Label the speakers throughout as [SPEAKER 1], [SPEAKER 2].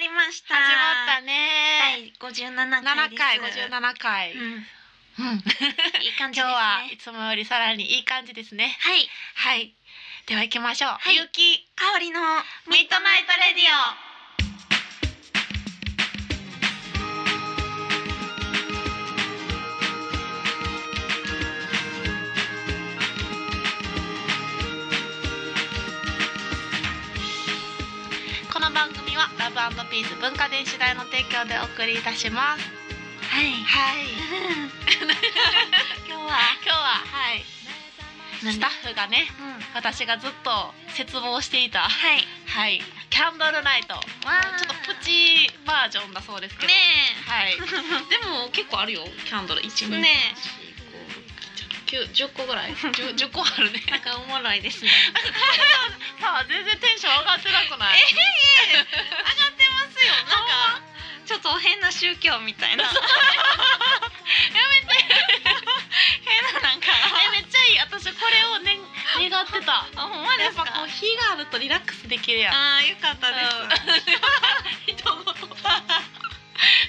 [SPEAKER 1] りました。
[SPEAKER 2] 始まった
[SPEAKER 1] 第
[SPEAKER 2] ね。
[SPEAKER 1] 五十七回
[SPEAKER 2] 七
[SPEAKER 1] です。
[SPEAKER 2] 回、五十七回。
[SPEAKER 1] うん、
[SPEAKER 2] うん
[SPEAKER 1] いい感じです
[SPEAKER 2] 今日
[SPEAKER 1] ね。
[SPEAKER 2] はいつもよりさらにいい感じですね。
[SPEAKER 1] はい、
[SPEAKER 2] はい。では行きましょう。
[SPEAKER 1] はい
[SPEAKER 2] ゆうき
[SPEAKER 1] 香りの
[SPEAKER 2] ミッドナイトレディオ。この番組はラブピース文化電子代の提供でお送りいたします。
[SPEAKER 1] はい。
[SPEAKER 2] はい。
[SPEAKER 1] 今日は。
[SPEAKER 2] 今日は
[SPEAKER 1] はい。
[SPEAKER 2] スタッフがね、
[SPEAKER 1] うん。
[SPEAKER 2] 私がずっと絶望していた。
[SPEAKER 1] はい。
[SPEAKER 2] はい、キャンドルナイト。ちょっ
[SPEAKER 1] わ
[SPEAKER 2] とプ。チバージョンだそうですけど。
[SPEAKER 1] ね
[SPEAKER 2] はい。でも結構あるよ。キャンドル一
[SPEAKER 1] え。
[SPEAKER 2] 二
[SPEAKER 1] ね
[SPEAKER 2] 九十個ぐらい。十十個あるね
[SPEAKER 1] え。。なんかおもろいですね。
[SPEAKER 2] さあ全然テンション上がってなくない。
[SPEAKER 1] 上がってますよ。 なんか。ちょっと変な宗教みたいな。 やめて。変ななんか。
[SPEAKER 2] えめっちゃいい。私これをね願ってた。
[SPEAKER 1] あ、ほんまで
[SPEAKER 2] やっ
[SPEAKER 1] すか
[SPEAKER 2] ぱ。こう火があるとリラックスできるやん。
[SPEAKER 1] ああ、よかったです。
[SPEAKER 2] 一言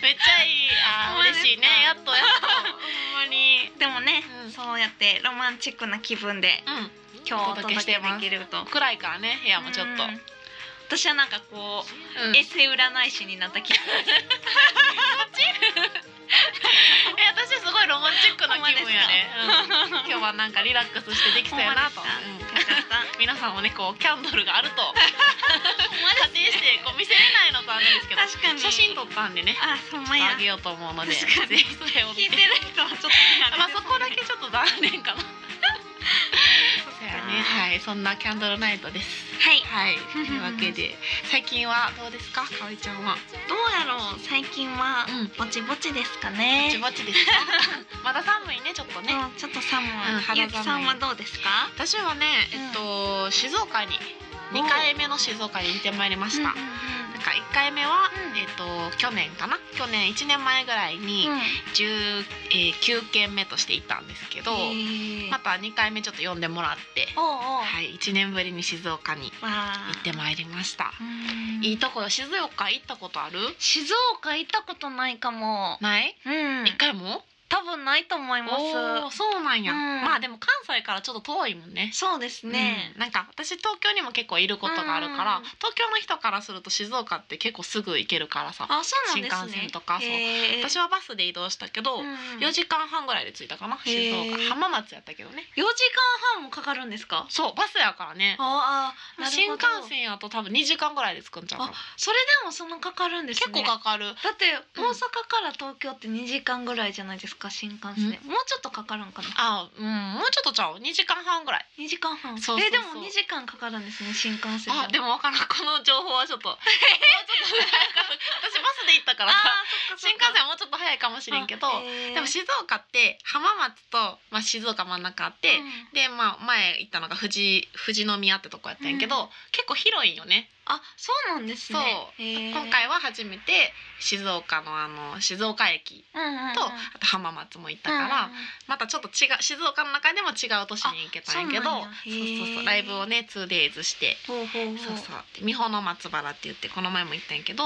[SPEAKER 2] めっちゃいい。あ
[SPEAKER 1] ほんま
[SPEAKER 2] ー
[SPEAKER 1] ですか
[SPEAKER 2] 嬉しいね。やっとやっ
[SPEAKER 1] ほんまにでもね、
[SPEAKER 2] うん
[SPEAKER 1] そうやってロマンチックな気分で
[SPEAKER 2] と。うん。
[SPEAKER 1] 今日お届けで
[SPEAKER 2] お届
[SPEAKER 1] き
[SPEAKER 2] け
[SPEAKER 1] ると
[SPEAKER 2] 暗いからね部屋もちょっと
[SPEAKER 1] う。ん私はなんかこ
[SPEAKER 2] う
[SPEAKER 1] う、
[SPEAKER 2] ん
[SPEAKER 1] エセ占い師になった気分
[SPEAKER 2] え私すごいロマンチックな気分やね、うん
[SPEAKER 1] 今日
[SPEAKER 2] 今日はなんかリラックスしてできたよなと、うん皆さんもねこうキャンドルがある と仮定してこう見せれないのとあるんですけど
[SPEAKER 1] 確かに
[SPEAKER 2] 写真撮ったんでね
[SPEAKER 1] あほんまや
[SPEAKER 2] あげようと思うので
[SPEAKER 1] 確かに
[SPEAKER 2] ぜひそれを
[SPEAKER 1] 聞いてる人はちょっと
[SPEAKER 2] まあそこだけちょっと残念かなそうやねはいそんなキャンドルナイトです
[SPEAKER 1] はい
[SPEAKER 2] はいというわけで最近はどうですかかおりちゃんは
[SPEAKER 1] どうやろう最近は
[SPEAKER 2] うん
[SPEAKER 1] ぼちぼちですか
[SPEAKER 2] ぼ
[SPEAKER 1] ね
[SPEAKER 2] ちぼちですか まだ寒いねちょっとね
[SPEAKER 1] うんちょっと寒い、
[SPEAKER 2] うん肌寒い
[SPEAKER 1] ゆうきさんはどうですか
[SPEAKER 2] 私はね、えっと、静岡に
[SPEAKER 1] お
[SPEAKER 2] 2回目の静岡に行ってまいりました、
[SPEAKER 1] うん
[SPEAKER 2] なんか1回目は、
[SPEAKER 1] うん
[SPEAKER 2] えっと、去年かな去年1年前ぐらいに
[SPEAKER 1] うんうん
[SPEAKER 2] 19、えー9軒目として行ったんですけ
[SPEAKER 1] へ
[SPEAKER 2] ど、
[SPEAKER 1] ー
[SPEAKER 2] また2回目ちょっと呼んでもらって、
[SPEAKER 1] おうおう
[SPEAKER 2] はい、1年ぶりに静岡に
[SPEAKER 1] わ
[SPEAKER 2] 行
[SPEAKER 1] あ
[SPEAKER 2] ってまいりました、
[SPEAKER 1] うん
[SPEAKER 2] いいとこよ静岡行ったことある
[SPEAKER 1] 静岡行ったことないかも。
[SPEAKER 2] ない、
[SPEAKER 1] うん
[SPEAKER 2] 一1回も
[SPEAKER 1] 多分ないと思いま
[SPEAKER 2] おーそうなんや、
[SPEAKER 1] うん
[SPEAKER 2] まあでも関西からちょっと遠いもんね
[SPEAKER 1] す。そうですね
[SPEAKER 2] う。んなんか私東京にも結構いることがあるから、
[SPEAKER 1] うん
[SPEAKER 2] 東京の人からすると静岡って結構すぐ行けるからさ
[SPEAKER 1] あ、そうなんですね。
[SPEAKER 2] 新幹線とかそう
[SPEAKER 1] へー
[SPEAKER 2] 私はバスで移動したけど、
[SPEAKER 1] うん
[SPEAKER 2] 4時間半ぐらいで着いたかな静
[SPEAKER 1] へ
[SPEAKER 2] 岡
[SPEAKER 1] ー
[SPEAKER 2] 浜松やったけどね
[SPEAKER 1] 四時間半もかかるんですか。
[SPEAKER 2] そうバスやからね
[SPEAKER 1] ああ、なる
[SPEAKER 2] 新
[SPEAKER 1] ほ
[SPEAKER 2] 幹
[SPEAKER 1] ど。
[SPEAKER 2] 線やと多分2時間ぐらいで着くんちゃうかな
[SPEAKER 1] それでもそのかかるんです
[SPEAKER 2] 結
[SPEAKER 1] ね。
[SPEAKER 2] 構かかる、
[SPEAKER 1] だって大阪から東京って二時間ぐらいじゃないですか新幹線。もうちょっとかかるんかな。
[SPEAKER 2] あうんもうちょっとちゃう2時間半ぐらい
[SPEAKER 1] 二時間半。
[SPEAKER 2] そうそうそう
[SPEAKER 1] えでも二時間かかるんですね新幹線。
[SPEAKER 2] あで
[SPEAKER 1] も。
[SPEAKER 2] もわからんこの情報はちょっと もうちょっと私バスで行ったか
[SPEAKER 1] あ
[SPEAKER 2] らさ
[SPEAKER 1] ー、そ
[SPEAKER 2] 新
[SPEAKER 1] っかそ
[SPEAKER 2] 幹
[SPEAKER 1] っか
[SPEAKER 2] 線はもうちょっと早いかもしれんけど
[SPEAKER 1] あへー
[SPEAKER 2] でも静岡って浜松と、まあ、静岡真ん中あって、
[SPEAKER 1] うん
[SPEAKER 2] で、まあ、前行ったのが富士富士宮ってとこやったんやけど、
[SPEAKER 1] うん
[SPEAKER 2] 結構広いんよね、
[SPEAKER 1] あ、そうなんですね。
[SPEAKER 2] そう
[SPEAKER 1] へー
[SPEAKER 2] 今回は初めて静岡のあの静岡駅
[SPEAKER 1] うんうんうん
[SPEAKER 2] と、あと浜松も行った
[SPEAKER 1] うん
[SPEAKER 2] か
[SPEAKER 1] うん
[SPEAKER 2] ら、またちょっと違う静岡の中でも違う都市に行けたんやけど
[SPEAKER 1] あそうなんや
[SPEAKER 2] そう
[SPEAKER 1] へー
[SPEAKER 2] そうそうライブをね 2days して。
[SPEAKER 1] ほうほうほう
[SPEAKER 2] そうそう美穂の松原って言ってこの前も行ったんやけど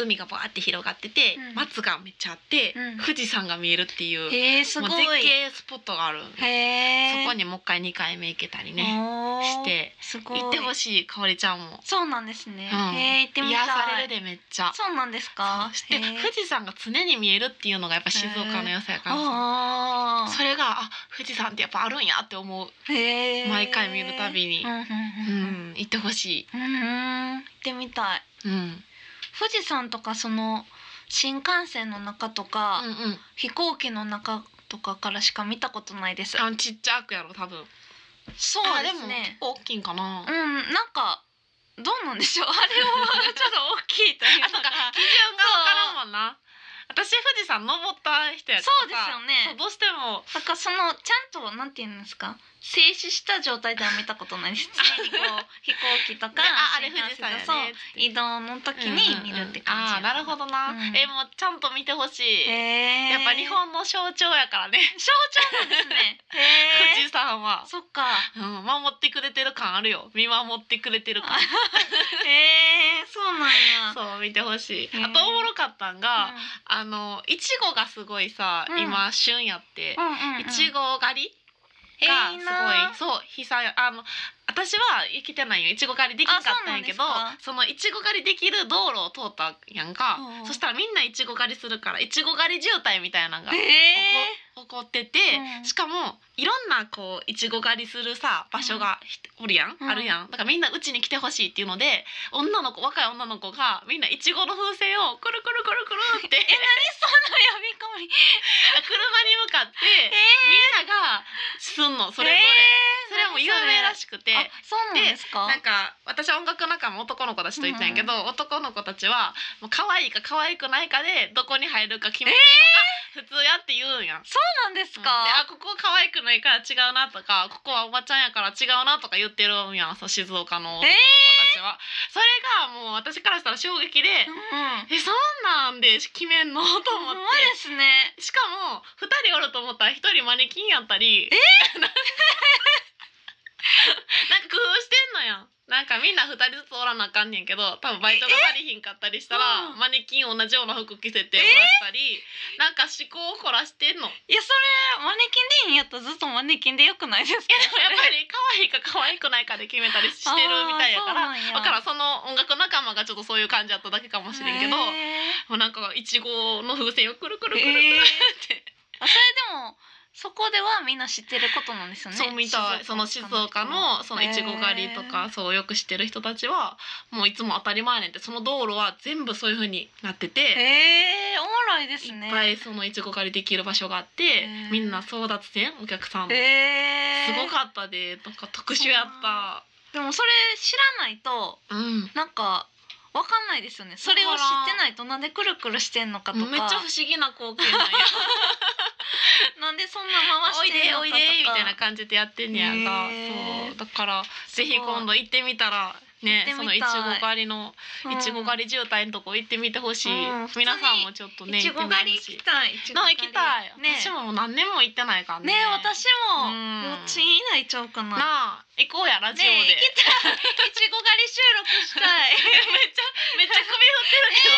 [SPEAKER 1] う
[SPEAKER 2] 海がバーって広がってて、
[SPEAKER 1] うん
[SPEAKER 2] 松がめっちゃあって、
[SPEAKER 1] うん、
[SPEAKER 2] 富士山が見えるっていうん
[SPEAKER 1] へえすごい
[SPEAKER 2] もう絶景スポットがあるんで
[SPEAKER 1] へえ
[SPEAKER 2] そこにもう一回2回目行けたりね
[SPEAKER 1] ね
[SPEAKER 2] して
[SPEAKER 1] すごい
[SPEAKER 2] 行ってほしいかおりちゃんも
[SPEAKER 1] そうなんですね、
[SPEAKER 2] うん
[SPEAKER 1] へえ行ってみ
[SPEAKER 2] 癒
[SPEAKER 1] たい
[SPEAKER 2] されるでめっちゃ
[SPEAKER 1] そうなんですか
[SPEAKER 2] そうして
[SPEAKER 1] へえ
[SPEAKER 2] 富士山が常に見えるっていうのがやっぱ静岡の良さやからさ
[SPEAKER 1] ああ
[SPEAKER 2] それがあ富士山ってやっぱあるんやって思う
[SPEAKER 1] へえ
[SPEAKER 2] 毎回見るたびに
[SPEAKER 1] うんうん
[SPEAKER 2] う
[SPEAKER 1] うん
[SPEAKER 2] ん行ってほし
[SPEAKER 1] うんうん行ってみたい
[SPEAKER 2] いうん
[SPEAKER 1] 富士山とかその新幹線の中とか、
[SPEAKER 2] うんうん
[SPEAKER 1] 飛行機の中とかからしか見たことないです
[SPEAKER 2] あのちっちゃくやろ多分
[SPEAKER 1] そ
[SPEAKER 2] あ
[SPEAKER 1] う
[SPEAKER 2] で
[SPEAKER 1] で
[SPEAKER 2] も
[SPEAKER 1] す
[SPEAKER 2] 結
[SPEAKER 1] ね
[SPEAKER 2] 構大きいんかな
[SPEAKER 1] うん、なんか どうなんでしょう。あれはちょっと大きいという
[SPEAKER 2] あそうか
[SPEAKER 1] か。
[SPEAKER 2] 基準がわからんもんな私富士山登った人やからさ
[SPEAKER 1] そうですよね
[SPEAKER 2] そうどうしても
[SPEAKER 1] なんかそのちゃんとなんていうんですか静止した状態では見たことないです 常にこう飛行機とか
[SPEAKER 2] ねああれ富士
[SPEAKER 1] 新
[SPEAKER 2] 山や
[SPEAKER 1] 幹線
[SPEAKER 2] ね
[SPEAKER 1] とかそう移動の時に見るって感じ
[SPEAKER 2] うんうんうんあーなるほどな、
[SPEAKER 1] うん
[SPEAKER 2] えもうちゃんと見てほしい、
[SPEAKER 1] へー
[SPEAKER 2] やっぱ日本の象徴やからね
[SPEAKER 1] 象徴なんですね
[SPEAKER 2] 富
[SPEAKER 1] へ
[SPEAKER 2] 士山は
[SPEAKER 1] ー、そっか
[SPEAKER 2] うん、守ってくれてる感あるよ見守ってくれてる感
[SPEAKER 1] へえそうなんや
[SPEAKER 2] そう見てほしい
[SPEAKER 1] へー
[SPEAKER 2] あとおもろかったんが、
[SPEAKER 1] う
[SPEAKER 2] あのいちごがすごいさ、
[SPEAKER 1] うん
[SPEAKER 2] 今旬やって、
[SPEAKER 1] んうんうん
[SPEAKER 2] いちご狩り
[SPEAKER 1] え
[SPEAKER 2] が
[SPEAKER 1] ー
[SPEAKER 2] す
[SPEAKER 1] いい
[SPEAKER 2] ごい、
[SPEAKER 1] な
[SPEAKER 2] そう悲惨あの私は生きてないよいちご狩りできなかったんやけど
[SPEAKER 1] あそうなんです
[SPEAKER 2] そのいちご狩りできる道路を通ったやんか
[SPEAKER 1] うん
[SPEAKER 2] そしたらみんないちご狩りするからいちご狩り渋滞みたいなのが
[SPEAKER 1] へ
[SPEAKER 2] 起こ
[SPEAKER 1] え
[SPEAKER 2] 起こってて、
[SPEAKER 1] うん
[SPEAKER 2] しかもいろんなこういちご狩りするさ場所がひおるやん、
[SPEAKER 1] うん
[SPEAKER 2] あるやんだからみんなうちに来てほしいっていうので女の子若い女の子がみんないちごの風船をくるくるくるくるって
[SPEAKER 1] 呼び込み
[SPEAKER 2] 車に向かって、みんながすんのそれぞれ、それも有名ら
[SPEAKER 1] し
[SPEAKER 2] しく て。
[SPEAKER 1] あそうなんですか
[SPEAKER 2] なんか私は音楽仲間男の子たちと言ったんやけど、男の子たちはもう可愛いか可愛くないかでどこに入るか決めるのが普通やって言うんやん。
[SPEAKER 1] そうなんですか、
[SPEAKER 2] であここ可愛くないから違うなとかここはおばちゃんやから違うなとか言ってるんやんそう静岡の男の子たちは、それがもう私からしたら衝撃で
[SPEAKER 1] う、ん
[SPEAKER 2] えそんなんで決めんのと思
[SPEAKER 1] ほんま
[SPEAKER 2] って。
[SPEAKER 1] ですね
[SPEAKER 2] しかも二人おると思ったら一人マネキンやったり えなんか工夫してんのやんなんかみんな二人ずつおらなあかんねんけど多分バイトが足りひんかったりしたら
[SPEAKER 1] うん
[SPEAKER 2] マネキン同じような服着せておらしたりなんか思考を凝らしてんの
[SPEAKER 1] いやそれマネキンでいいんやったらずっとマネキンでよくないですか
[SPEAKER 2] いやでもやっぱり可愛いか可愛くないかで決めたりしてるみたいやから
[SPEAKER 1] あーそうなんや
[SPEAKER 2] だからその音楽仲間がちょっとそういう感じやっただけかもしれんけど、も
[SPEAKER 1] へー
[SPEAKER 2] うなんかいちごの風船をくるくるくるくるって、
[SPEAKER 1] あそれでもそこではみんな知ってることなんですよね
[SPEAKER 2] そうみたいその静岡のそのいちご狩りと
[SPEAKER 1] へ
[SPEAKER 2] か
[SPEAKER 1] ー
[SPEAKER 2] そうよく知ってる人たちはもういつも当たり前ねんってその道路は全部そういう風になってて。
[SPEAKER 1] へえおもろいです
[SPEAKER 2] い
[SPEAKER 1] ね
[SPEAKER 2] っぱいそのいちご狩りできる場所があって
[SPEAKER 1] ー
[SPEAKER 2] みんな争奪戦お客さんのす
[SPEAKER 1] へえ
[SPEAKER 2] ごかったでとか特殊やった
[SPEAKER 1] でもそれ知らないと
[SPEAKER 2] うん
[SPEAKER 1] なんかわかんないですよねそれを知ってないとなんでくるくるしてんのかとか
[SPEAKER 2] めっちゃ不思議な光景 なんや
[SPEAKER 1] なんでそんな回
[SPEAKER 2] おい
[SPEAKER 1] して
[SPEAKER 2] で
[SPEAKER 1] るのかとか
[SPEAKER 2] おいでみたいな感じでやってんねやが
[SPEAKER 1] へー
[SPEAKER 2] そうだからぜひ
[SPEAKER 1] すごい
[SPEAKER 2] 今度行ってみたらね
[SPEAKER 1] 行って
[SPEAKER 2] そ
[SPEAKER 1] み
[SPEAKER 2] の
[SPEAKER 1] たい
[SPEAKER 2] いちご狩りの
[SPEAKER 1] うん
[SPEAKER 2] いちご狩り渋滞のとこ行ってみてほしい、
[SPEAKER 1] うん
[SPEAKER 2] 皆さんもちょっとね
[SPEAKER 1] いちご狩り行
[SPEAKER 2] 行ってみ
[SPEAKER 1] き
[SPEAKER 2] て
[SPEAKER 1] たいいち
[SPEAKER 2] ほしい
[SPEAKER 1] ご
[SPEAKER 2] な
[SPEAKER 1] 狩
[SPEAKER 2] 行
[SPEAKER 1] り
[SPEAKER 2] きたい、
[SPEAKER 1] ね
[SPEAKER 2] 私も何年も行ってないからね
[SPEAKER 1] ね私も
[SPEAKER 2] うん
[SPEAKER 1] 幼稚園以来ちゃうかな
[SPEAKER 2] なあ行こうやラジオで、
[SPEAKER 1] ねえ行きたいいちご狩り収録したい
[SPEAKER 2] めっちゃめっちゃ首振ってるけど、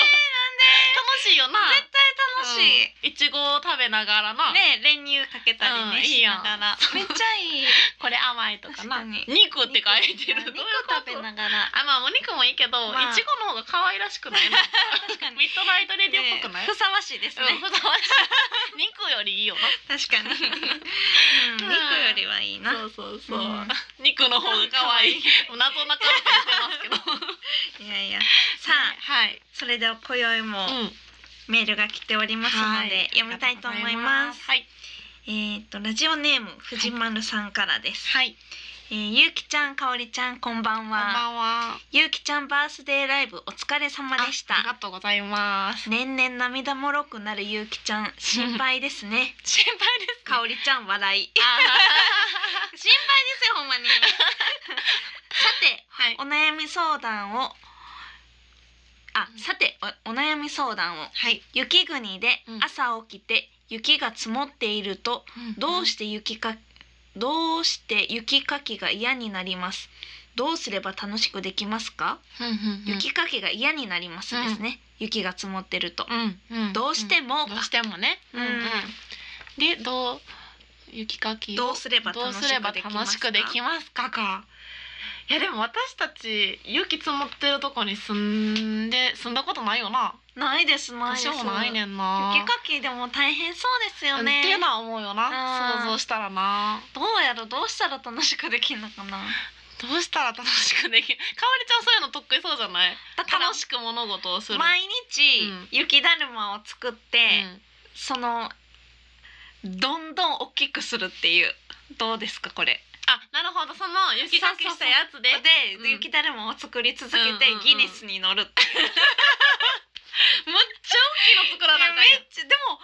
[SPEAKER 2] 楽しいよな
[SPEAKER 1] 絶対楽しい、
[SPEAKER 2] うんいちごを食べながらな、
[SPEAKER 1] ね練乳かけたりね、
[SPEAKER 2] うん
[SPEAKER 1] し
[SPEAKER 2] いいやん
[SPEAKER 1] なが らめっちゃいい
[SPEAKER 2] これ甘いとかな
[SPEAKER 1] 確かに
[SPEAKER 2] 肉って書いてる
[SPEAKER 1] 肉
[SPEAKER 2] どういうこと
[SPEAKER 1] 食べながら
[SPEAKER 2] あまあお肉もいいけど、
[SPEAKER 1] まあ
[SPEAKER 2] いちごの方が可愛らしく ないの
[SPEAKER 1] 確かに
[SPEAKER 2] ミッドナイトレディオっぽくない、
[SPEAKER 1] ねふさわしいですね、
[SPEAKER 2] うんふざわ しい肉よりいいよな
[SPEAKER 1] 確かに、うん、肉よりはいいな、
[SPEAKER 2] そうそうそう、
[SPEAKER 1] うん
[SPEAKER 2] 肉の方が可愛い謎な顔してますけど
[SPEAKER 1] いやいや さあ
[SPEAKER 2] はい、
[SPEAKER 1] それでは今宵も
[SPEAKER 2] うん、
[SPEAKER 1] メールが来ておりますので、読みたいと思います
[SPEAKER 2] はい
[SPEAKER 1] えーっとラジオネーム藤丸さんからです、
[SPEAKER 2] はい
[SPEAKER 1] えーゆうきちゃんかおりちゃんこんばん
[SPEAKER 2] こんば
[SPEAKER 1] は
[SPEAKER 2] んは
[SPEAKER 1] ゆうきちゃんバースデーライブお疲れ様でし
[SPEAKER 2] ああり
[SPEAKER 1] た
[SPEAKER 2] がとうございます
[SPEAKER 1] 年々涙もろくなるゆうきちゃん心配です ね
[SPEAKER 2] 心配です
[SPEAKER 1] かおりちゃん笑い
[SPEAKER 2] あ
[SPEAKER 1] 心配ですよほんま にさて
[SPEAKER 2] ーはい
[SPEAKER 1] お悩み相談をあさておお悩み相談を
[SPEAKER 2] はい、
[SPEAKER 1] 雪国で
[SPEAKER 2] うん
[SPEAKER 1] 朝起きて雪が積もっているとどうして雪かどうして雪かきが嫌になりますどうすれば楽しくできますか、
[SPEAKER 2] うんうんうん
[SPEAKER 1] 雪かきが嫌になりますですね、雪が積もってると、
[SPEAKER 2] うんうん
[SPEAKER 1] どうしても
[SPEAKER 2] どうしてもね、
[SPEAKER 1] うん
[SPEAKER 2] でどう雪かきを
[SPEAKER 1] どうすれば
[SPEAKER 2] どう
[SPEAKER 1] 楽
[SPEAKER 2] すれば楽し
[SPEAKER 1] し
[SPEAKER 2] く
[SPEAKER 1] く
[SPEAKER 2] で
[SPEAKER 1] で
[SPEAKER 2] き
[SPEAKER 1] き
[SPEAKER 2] ますかかいやでも私たち雪積もってるとこに住んで住んだことないよな
[SPEAKER 1] ないですないです
[SPEAKER 2] 私もないねんな
[SPEAKER 1] 雪かきでも大変そうですよね
[SPEAKER 2] っていうのは思うよ
[SPEAKER 1] う
[SPEAKER 2] な
[SPEAKER 1] ん
[SPEAKER 2] 想像したらな
[SPEAKER 1] どうやろうどうしたら楽しくできるのかな
[SPEAKER 2] どうしたら楽しくできるかおりちゃんそういうの得意そうじゃない
[SPEAKER 1] だから
[SPEAKER 2] 楽しく物事をする
[SPEAKER 1] 毎
[SPEAKER 2] う
[SPEAKER 1] 日
[SPEAKER 2] ん
[SPEAKER 1] 雪だるまを作って、そのどんどん大きくするっていうどうですかこれ
[SPEAKER 2] あなるほどその雪かきしたやつで
[SPEAKER 1] で、
[SPEAKER 2] うん
[SPEAKER 1] 雪だるまを作り続けて
[SPEAKER 2] うんうんうん
[SPEAKER 1] ギネスに乗るっていう、
[SPEAKER 2] むっちゃ大きいの作らなあかん
[SPEAKER 1] め
[SPEAKER 2] やん
[SPEAKER 1] っちゃでも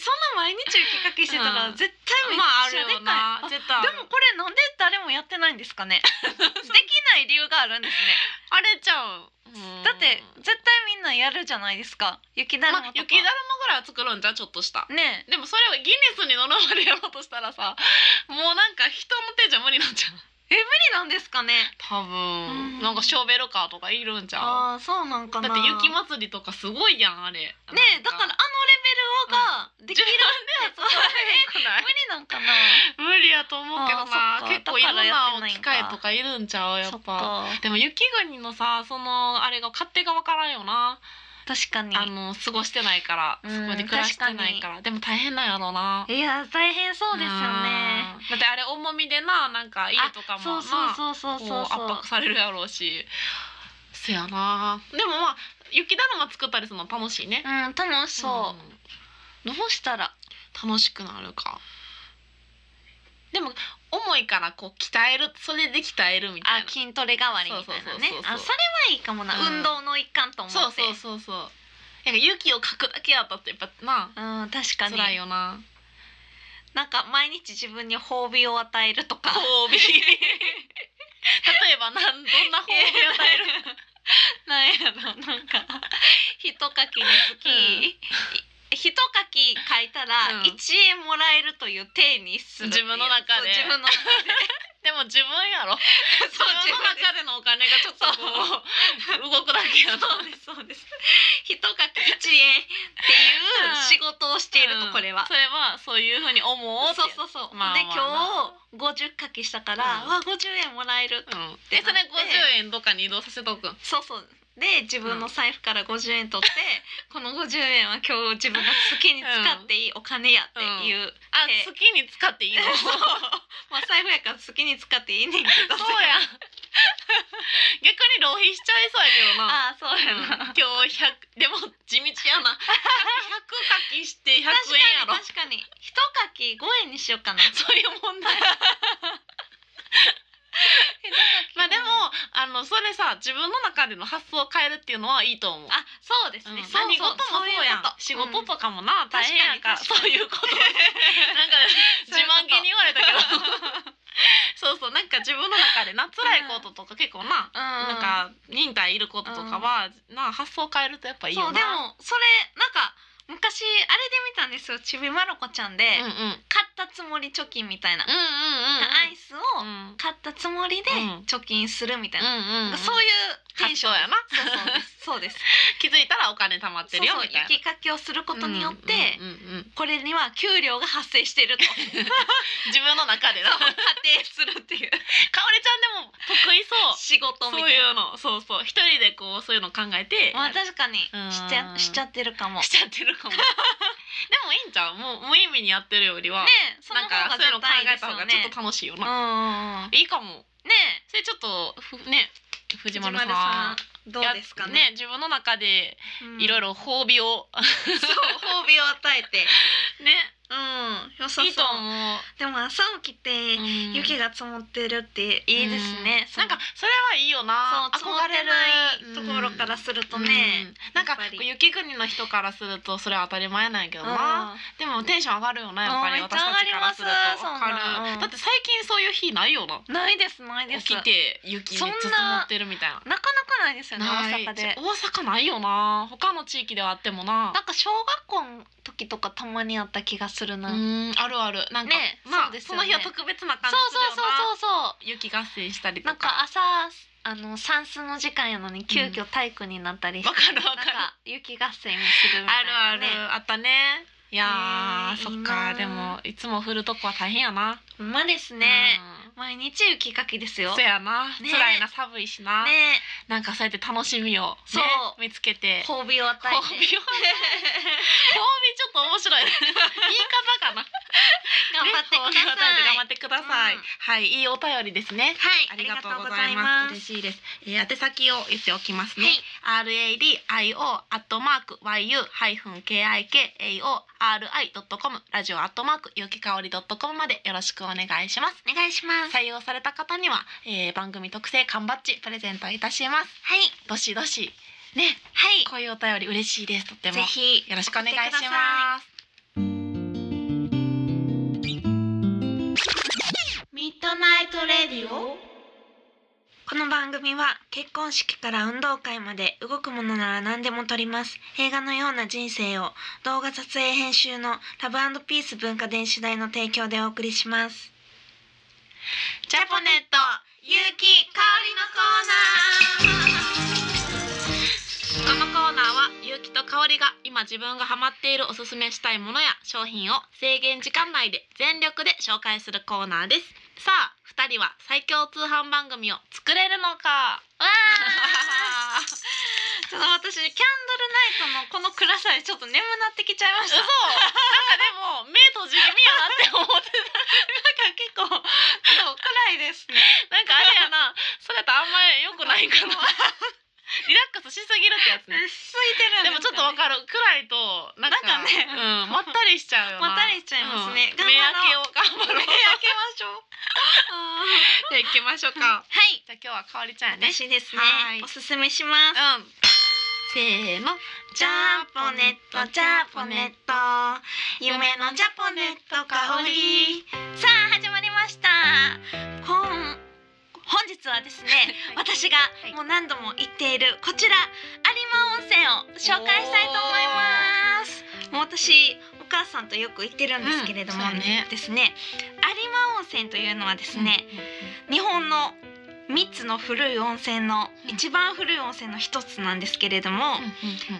[SPEAKER 1] そんな毎日雪かきしてたら
[SPEAKER 2] うん
[SPEAKER 1] 絶対めっ
[SPEAKER 2] まああ
[SPEAKER 1] ち
[SPEAKER 2] る
[SPEAKER 1] ゃでかい、
[SPEAKER 2] よな絶対あ
[SPEAKER 1] で
[SPEAKER 2] る
[SPEAKER 1] もこれなんで誰もやってないんです かねできない理由があるんですね
[SPEAKER 2] あれちゃううん
[SPEAKER 1] だって絶対みんなやるじゃないですか雪だるま
[SPEAKER 2] まあ
[SPEAKER 1] とか、
[SPEAKER 2] 雪だるまぐらいは作るんじゃうちょっとした
[SPEAKER 1] ね
[SPEAKER 2] でもそれをギネスに乗るまでやろうとしたらさもうなんか人の手じゃ無理なんじゃん
[SPEAKER 1] ええ無理なんですかね
[SPEAKER 2] 多分、
[SPEAKER 1] うん
[SPEAKER 2] なんかショーベルカーとかいるんじゃん
[SPEAKER 1] ああーそうなんか
[SPEAKER 2] だ
[SPEAKER 1] な
[SPEAKER 2] って雪祭りとかすごいやんあれね
[SPEAKER 1] ねえだからあのレベルをができ
[SPEAKER 2] 自
[SPEAKER 1] るっ
[SPEAKER 2] 分
[SPEAKER 1] て 無理なんかな
[SPEAKER 2] 無理やと思うけど
[SPEAKER 1] あーそ
[SPEAKER 2] な
[SPEAKER 1] っか
[SPEAKER 2] 結構いろんな機械とかいるんちゃうや
[SPEAKER 1] そ
[SPEAKER 2] っ
[SPEAKER 1] っ
[SPEAKER 2] ぱ
[SPEAKER 1] か
[SPEAKER 2] でも雪国のさそのあれが勝手がわからんよな
[SPEAKER 1] 確かに
[SPEAKER 2] あの過ごしてないから、
[SPEAKER 1] うん
[SPEAKER 2] そこで暮らしてないからでも大変なんやろうない
[SPEAKER 1] や大変そうですよね
[SPEAKER 2] うんだってあれ重みでななんか家とか
[SPEAKER 1] あ
[SPEAKER 2] も
[SPEAKER 1] そう
[SPEAKER 2] な
[SPEAKER 1] そうそうそうそう
[SPEAKER 2] こう
[SPEAKER 1] そう
[SPEAKER 2] 圧迫されるやろうしせやなでもまあ雪だるま作ったりするの楽しいね、
[SPEAKER 1] うん楽しそうう、どうしたら
[SPEAKER 2] ん楽しくなるかでも重いからこう鍛えるそれで鍛えるみたい
[SPEAKER 1] あ
[SPEAKER 2] な
[SPEAKER 1] 筋トレ代わりみたいなね
[SPEAKER 2] そうそうそうそう
[SPEAKER 1] あそれはいいかもな、
[SPEAKER 2] うん
[SPEAKER 1] 運動の一環と思って
[SPEAKER 2] そうそうそうそうなんか雪をかくだけやったってやっぱな
[SPEAKER 1] うん確かに
[SPEAKER 2] 辛いよな
[SPEAKER 1] なんか毎日自分に褒美を与えるとか
[SPEAKER 2] 褒 美例えばなんどんな褒美を与える
[SPEAKER 1] なんやろなんか ひとかきにつき、
[SPEAKER 2] うん
[SPEAKER 1] いひとかき書いたら
[SPEAKER 2] うん
[SPEAKER 1] 1円もらえるという体にするっていう
[SPEAKER 2] 自分の中で
[SPEAKER 1] そう自分の中で
[SPEAKER 2] でも自分やろ
[SPEAKER 1] そ
[SPEAKER 2] そうう
[SPEAKER 1] 自
[SPEAKER 2] 自分の
[SPEAKER 1] 分で
[SPEAKER 2] 中でのお金がちょっとこう動くだけやな
[SPEAKER 1] そうですそうですひとかき1円っていう仕事をしているとこれは
[SPEAKER 2] そ、れはそういうふうに思おうって
[SPEAKER 1] そう
[SPEAKER 2] う
[SPEAKER 1] そうそう、
[SPEAKER 2] まあ
[SPEAKER 1] で
[SPEAKER 2] まあ
[SPEAKER 1] 今日50かきしたから、
[SPEAKER 2] うん
[SPEAKER 1] わ50円もらえる
[SPEAKER 2] ん、でそれ50円どっかに移動させとくん
[SPEAKER 1] そうそうで自分の財布から50円取って、この50円は今日自分が好きに使っていいお金やっていう、
[SPEAKER 2] あ
[SPEAKER 1] ええ
[SPEAKER 2] 好きに使っていいのそう
[SPEAKER 1] まあ財布やから好きに使っていいねんけど
[SPEAKER 2] やん逆に浪費しちゃいそうやけどな
[SPEAKER 1] ああそうやな、
[SPEAKER 2] 今日100でも地道やな100かきして100円
[SPEAKER 1] 確
[SPEAKER 2] やろ
[SPEAKER 1] かに確かに一かき5円にしようか な
[SPEAKER 2] そういう問題まあでもあのそれさ自分の中での発想を変えるっていうのはいいと思う
[SPEAKER 1] あそうですね、そ
[SPEAKER 2] ね、
[SPEAKER 1] う
[SPEAKER 2] 何事もそうやん仕
[SPEAKER 1] そういう
[SPEAKER 2] 事
[SPEAKER 1] こと
[SPEAKER 2] かもな、大変やから
[SPEAKER 1] 確か
[SPEAKER 2] そう
[SPEAKER 1] に
[SPEAKER 2] いうこと なんか 自慢げに言われたけど そうそうなんか自分の中でな辛いこととか結構な、
[SPEAKER 1] うん、
[SPEAKER 2] なんか忍耐いることとかは、な発想変えるとやっぱいい
[SPEAKER 1] そ
[SPEAKER 2] よ
[SPEAKER 1] う
[SPEAKER 2] な
[SPEAKER 1] でもそれなんか昔あれで見たんですよちびまる子ちゃんで、
[SPEAKER 2] うんうんうんうん
[SPEAKER 1] 買ったつもり貯金みたいな、アイスを
[SPEAKER 2] うんうん
[SPEAKER 1] 買ったつもりで
[SPEAKER 2] うん
[SPEAKER 1] 貯金するみたいな、
[SPEAKER 2] うんうん
[SPEAKER 1] そういうテンション
[SPEAKER 2] 発想やな
[SPEAKER 1] そうそうですそうです
[SPEAKER 2] 気づいたらお金貯まっ
[SPEAKER 1] そ
[SPEAKER 2] て
[SPEAKER 1] う
[SPEAKER 2] るよ
[SPEAKER 1] そう
[SPEAKER 2] みたいな
[SPEAKER 1] 雪かきをすることによって、
[SPEAKER 2] うんうんうんうん
[SPEAKER 1] これには給料が発生して ると
[SPEAKER 2] 自分の中でなかおりち
[SPEAKER 1] 仮定するっていう
[SPEAKER 2] ゃんでも得意 そう
[SPEAKER 1] 仕事
[SPEAKER 2] そ
[SPEAKER 1] み
[SPEAKER 2] う
[SPEAKER 1] たい
[SPEAKER 2] いうのそうそう一人でこうそういうの考えて
[SPEAKER 1] なまあ確かに
[SPEAKER 2] うん
[SPEAKER 1] しちゃしちゃってるかもね
[SPEAKER 2] しちゃってる かもでもいいんちゃうもう無意味にやってるよりは、
[SPEAKER 1] えその
[SPEAKER 2] なん
[SPEAKER 1] 方が
[SPEAKER 2] かそういうの
[SPEAKER 1] 絶
[SPEAKER 2] 考
[SPEAKER 1] 対いいで
[SPEAKER 2] え
[SPEAKER 1] す
[SPEAKER 2] た方
[SPEAKER 1] よ
[SPEAKER 2] が
[SPEAKER 1] ね
[SPEAKER 2] ちょっと楽しいよ
[SPEAKER 1] うん
[SPEAKER 2] な、
[SPEAKER 1] うんうん
[SPEAKER 2] いいかも
[SPEAKER 1] ねえ
[SPEAKER 2] それちょっとふね藤
[SPEAKER 1] 藤
[SPEAKER 2] 丸
[SPEAKER 1] 丸
[SPEAKER 2] さん
[SPEAKER 1] さんどうですかね
[SPEAKER 2] 自分の中でいろい
[SPEAKER 1] ろ
[SPEAKER 2] ろ褒美を、
[SPEAKER 1] 褒美を与えて
[SPEAKER 2] ね
[SPEAKER 1] うん良さそう
[SPEAKER 2] いいと思う、
[SPEAKER 1] でも朝起きて
[SPEAKER 2] うん
[SPEAKER 1] 雪が積もってるっていいですね
[SPEAKER 2] うんなんかそれはいいよな
[SPEAKER 1] そう積もってないところからすると
[SPEAKER 2] う
[SPEAKER 1] ね
[SPEAKER 2] んなんか
[SPEAKER 1] やっぱり
[SPEAKER 2] 雪国の人からするとそれは当たり前なんやけどな、
[SPEAKER 1] あ
[SPEAKER 2] でもテンション上がるよなやっぱり
[SPEAKER 1] うんめっち
[SPEAKER 2] 私
[SPEAKER 1] ゃ上
[SPEAKER 2] た
[SPEAKER 1] が
[SPEAKER 2] ち
[SPEAKER 1] り
[SPEAKER 2] から
[SPEAKER 1] ます
[SPEAKER 2] するとわか
[SPEAKER 1] そんなう
[SPEAKER 2] る
[SPEAKER 1] ん
[SPEAKER 2] だって最近そういう日ないよな
[SPEAKER 1] ーないですないです
[SPEAKER 2] 起きて雪めっちゃ積もってるみたいな。
[SPEAKER 1] なかなかないですよね
[SPEAKER 2] ない
[SPEAKER 1] 大阪で
[SPEAKER 2] 大阪ないよな他の地域ではあってもな
[SPEAKER 1] なんか小学校の時とかたまにあった気がする
[SPEAKER 2] う
[SPEAKER 1] な、
[SPEAKER 2] んあるあるなんか、
[SPEAKER 1] ね
[SPEAKER 2] まあ
[SPEAKER 1] そう
[SPEAKER 2] そ
[SPEAKER 1] ですよね
[SPEAKER 2] の日は特別な
[SPEAKER 1] そ
[SPEAKER 2] 感
[SPEAKER 1] う
[SPEAKER 2] じするよな
[SPEAKER 1] そうそうそうそう
[SPEAKER 2] 雪合戦したりと
[SPEAKER 1] なん
[SPEAKER 2] か
[SPEAKER 1] か朝あの算数の時間やのに急遽体育になったりして、
[SPEAKER 2] わかるわかる
[SPEAKER 1] なんか雪合戦するみたいな、
[SPEAKER 2] ある
[SPEAKER 1] ね、
[SPEAKER 2] あるあったねいやー、
[SPEAKER 1] ねえ
[SPEAKER 2] そっか
[SPEAKER 1] いいなー
[SPEAKER 2] でもいつも降るとこは大変やな
[SPEAKER 1] ほんまですね、毎日雪かきです
[SPEAKER 2] うん
[SPEAKER 1] よ
[SPEAKER 2] そやな、
[SPEAKER 1] ねえ
[SPEAKER 2] 辛いな寒いしな、
[SPEAKER 1] ね
[SPEAKER 2] なんかそうやって楽しみを、ね、
[SPEAKER 1] そう
[SPEAKER 2] 見つけて
[SPEAKER 1] 褒美を与
[SPEAKER 2] 褒美を褒
[SPEAKER 1] え
[SPEAKER 2] 美
[SPEAKER 1] て
[SPEAKER 2] ちょっと面 白い言い方かな
[SPEAKER 1] 頑張ってください、
[SPEAKER 2] 頑張ってください。
[SPEAKER 1] うん
[SPEAKER 2] はい、いいお便りですね。
[SPEAKER 1] はい
[SPEAKER 2] ありがとうございます。嬉しいです。えー、宛先を言っておきますね。R A D I O アットマーク Y U ハイフン K I K A O R I ドットコムラジオアットマークゆきかおりドットコムまでよろしくお願いします。
[SPEAKER 1] お願いします
[SPEAKER 2] 採用された方には、えー、番組特製缶バッジプレゼントいたします。
[SPEAKER 1] はい
[SPEAKER 2] どしどしね、
[SPEAKER 1] はい
[SPEAKER 2] こういうお便り嬉しいです。とっても
[SPEAKER 1] ぜひ
[SPEAKER 2] よろしくお願いし
[SPEAKER 1] 送ってくだ
[SPEAKER 2] ます。
[SPEAKER 1] ミッドナイトレディオ
[SPEAKER 3] この番組は結婚式から運動会まで動くものなら何でも撮ります映画のような人生を動画撮影編集のラブピース文化電子台の提供でお送りします
[SPEAKER 2] ジャポネット、
[SPEAKER 1] ゆうきか おりのコーナー
[SPEAKER 2] このコーナーは結城と香りが今自分がハマっているおすすめしたいものや商品を制限時間内で全力で紹介するコーナーですさあ二人は最強通販番組を作れる のか
[SPEAKER 1] わあちょっと私キャンドルナイトのこの暗さでちょっと眠 なってきちゃいまし
[SPEAKER 2] 嘘な
[SPEAKER 1] た
[SPEAKER 2] んかでも目閉じ気味やなって思ってた
[SPEAKER 1] なんか結構ちょっと暗いです ね
[SPEAKER 2] なんかあれやなそれとあんまり良くないかなリラックスしすぎるってやつ
[SPEAKER 1] 空い
[SPEAKER 2] ね
[SPEAKER 1] てるん
[SPEAKER 2] でもちょっとわ
[SPEAKER 1] わ
[SPEAKER 2] かる暗いとなんか
[SPEAKER 1] なんかね
[SPEAKER 2] うん、まったりしちゃうよな
[SPEAKER 1] まったりしちゃいますね
[SPEAKER 2] うん
[SPEAKER 1] 頑
[SPEAKER 2] 目
[SPEAKER 1] 張ろ
[SPEAKER 2] 開けを頑張ろう
[SPEAKER 1] 開けましょうあ
[SPEAKER 2] じゃあ行きましょう
[SPEAKER 1] ーは
[SPEAKER 2] か。
[SPEAKER 1] い
[SPEAKER 2] じゃあ今日はかおりちゃんやね。
[SPEAKER 1] 嬉しいですね
[SPEAKER 2] はい
[SPEAKER 1] おすすめします
[SPEAKER 2] うん。せーの。
[SPEAKER 1] ジャポネットジャポネット夢のジャポネット香りさあ始まりました本本日はです ね私が
[SPEAKER 2] はい
[SPEAKER 1] もう何度も言っているこちら有馬温泉を紹介したいと思いますもう私お母さんとよく行ってるんですけれども、
[SPEAKER 2] うんそうね
[SPEAKER 1] ですね有馬温泉というのはですね、日本の3つの古い温泉の
[SPEAKER 2] うん
[SPEAKER 1] 一番古い温泉の一つなんですけれども、
[SPEAKER 2] うん。うん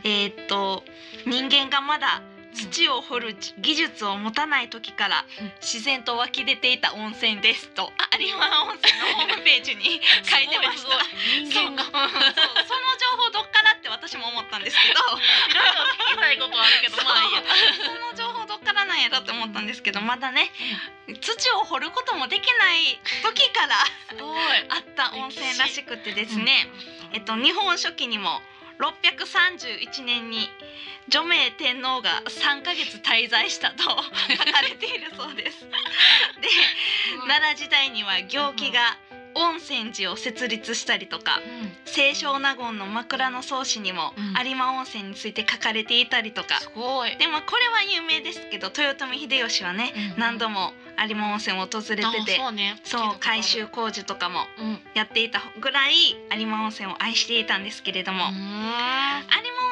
[SPEAKER 1] えーっと人間がまだ土を掘る技術を持たない時から
[SPEAKER 2] うん
[SPEAKER 1] 自然と湧き出ていた温泉ですとあ有馬温泉のホームページに書いてました
[SPEAKER 2] すごいすごい人間が
[SPEAKER 1] そううんそうその情報どっからって私も思ったんですけ ど
[SPEAKER 2] いろいろ聞きたいことはあるけど、まあいいや。
[SPEAKER 1] その情報どっからなんやろって思ったんですけどまだね土を掘ることもできない時から
[SPEAKER 2] すごい。
[SPEAKER 1] あった温泉らしくてですね、えっと、日本初期にも631年に除名天皇が3ヶ月滞在した と書かれているそうです。で
[SPEAKER 2] うん。
[SPEAKER 1] 奈良時代には行基が温泉寺を設立したりとか
[SPEAKER 2] うん
[SPEAKER 1] 清少納言の枕草子にも
[SPEAKER 2] うん
[SPEAKER 1] 有馬温泉について書かれていたりとか
[SPEAKER 2] すごい。
[SPEAKER 1] でもこれは有名ですけど豊臣秀吉はね
[SPEAKER 2] うん
[SPEAKER 1] 何度も有馬温泉を訪れて
[SPEAKER 2] あ
[SPEAKER 1] て
[SPEAKER 2] そうね。
[SPEAKER 1] そう改修。工事とかも
[SPEAKER 2] うん。
[SPEAKER 1] やっていたぐらい有馬温泉を愛していたんですけれども、有
[SPEAKER 2] ん。
[SPEAKER 1] 馬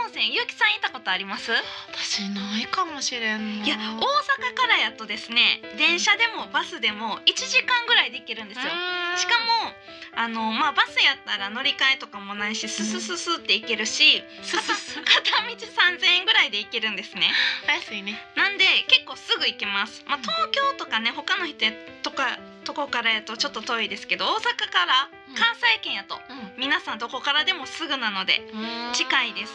[SPEAKER 1] 温泉ゆうきさん行ったことあります、
[SPEAKER 2] 私ないかもしれんな。
[SPEAKER 1] いや大阪からやとですね電車でもバスでも1時間ぐらいで行けるんですよ、しかもあの、まあ、バスやったら乗り換えとかもないしススススって行けるし、
[SPEAKER 2] も、すすす。
[SPEAKER 1] 片 道3000円ぐらいで行けるんですね
[SPEAKER 2] 安いね。
[SPEAKER 1] なんで結構すぐ行けます、まあ、東京とかね他の人とかとこからやとちょっと遠いですけど大阪から
[SPEAKER 2] うん
[SPEAKER 1] 関西圏やと、
[SPEAKER 2] うん。
[SPEAKER 1] 皆さんどこからでもすぐなので近いです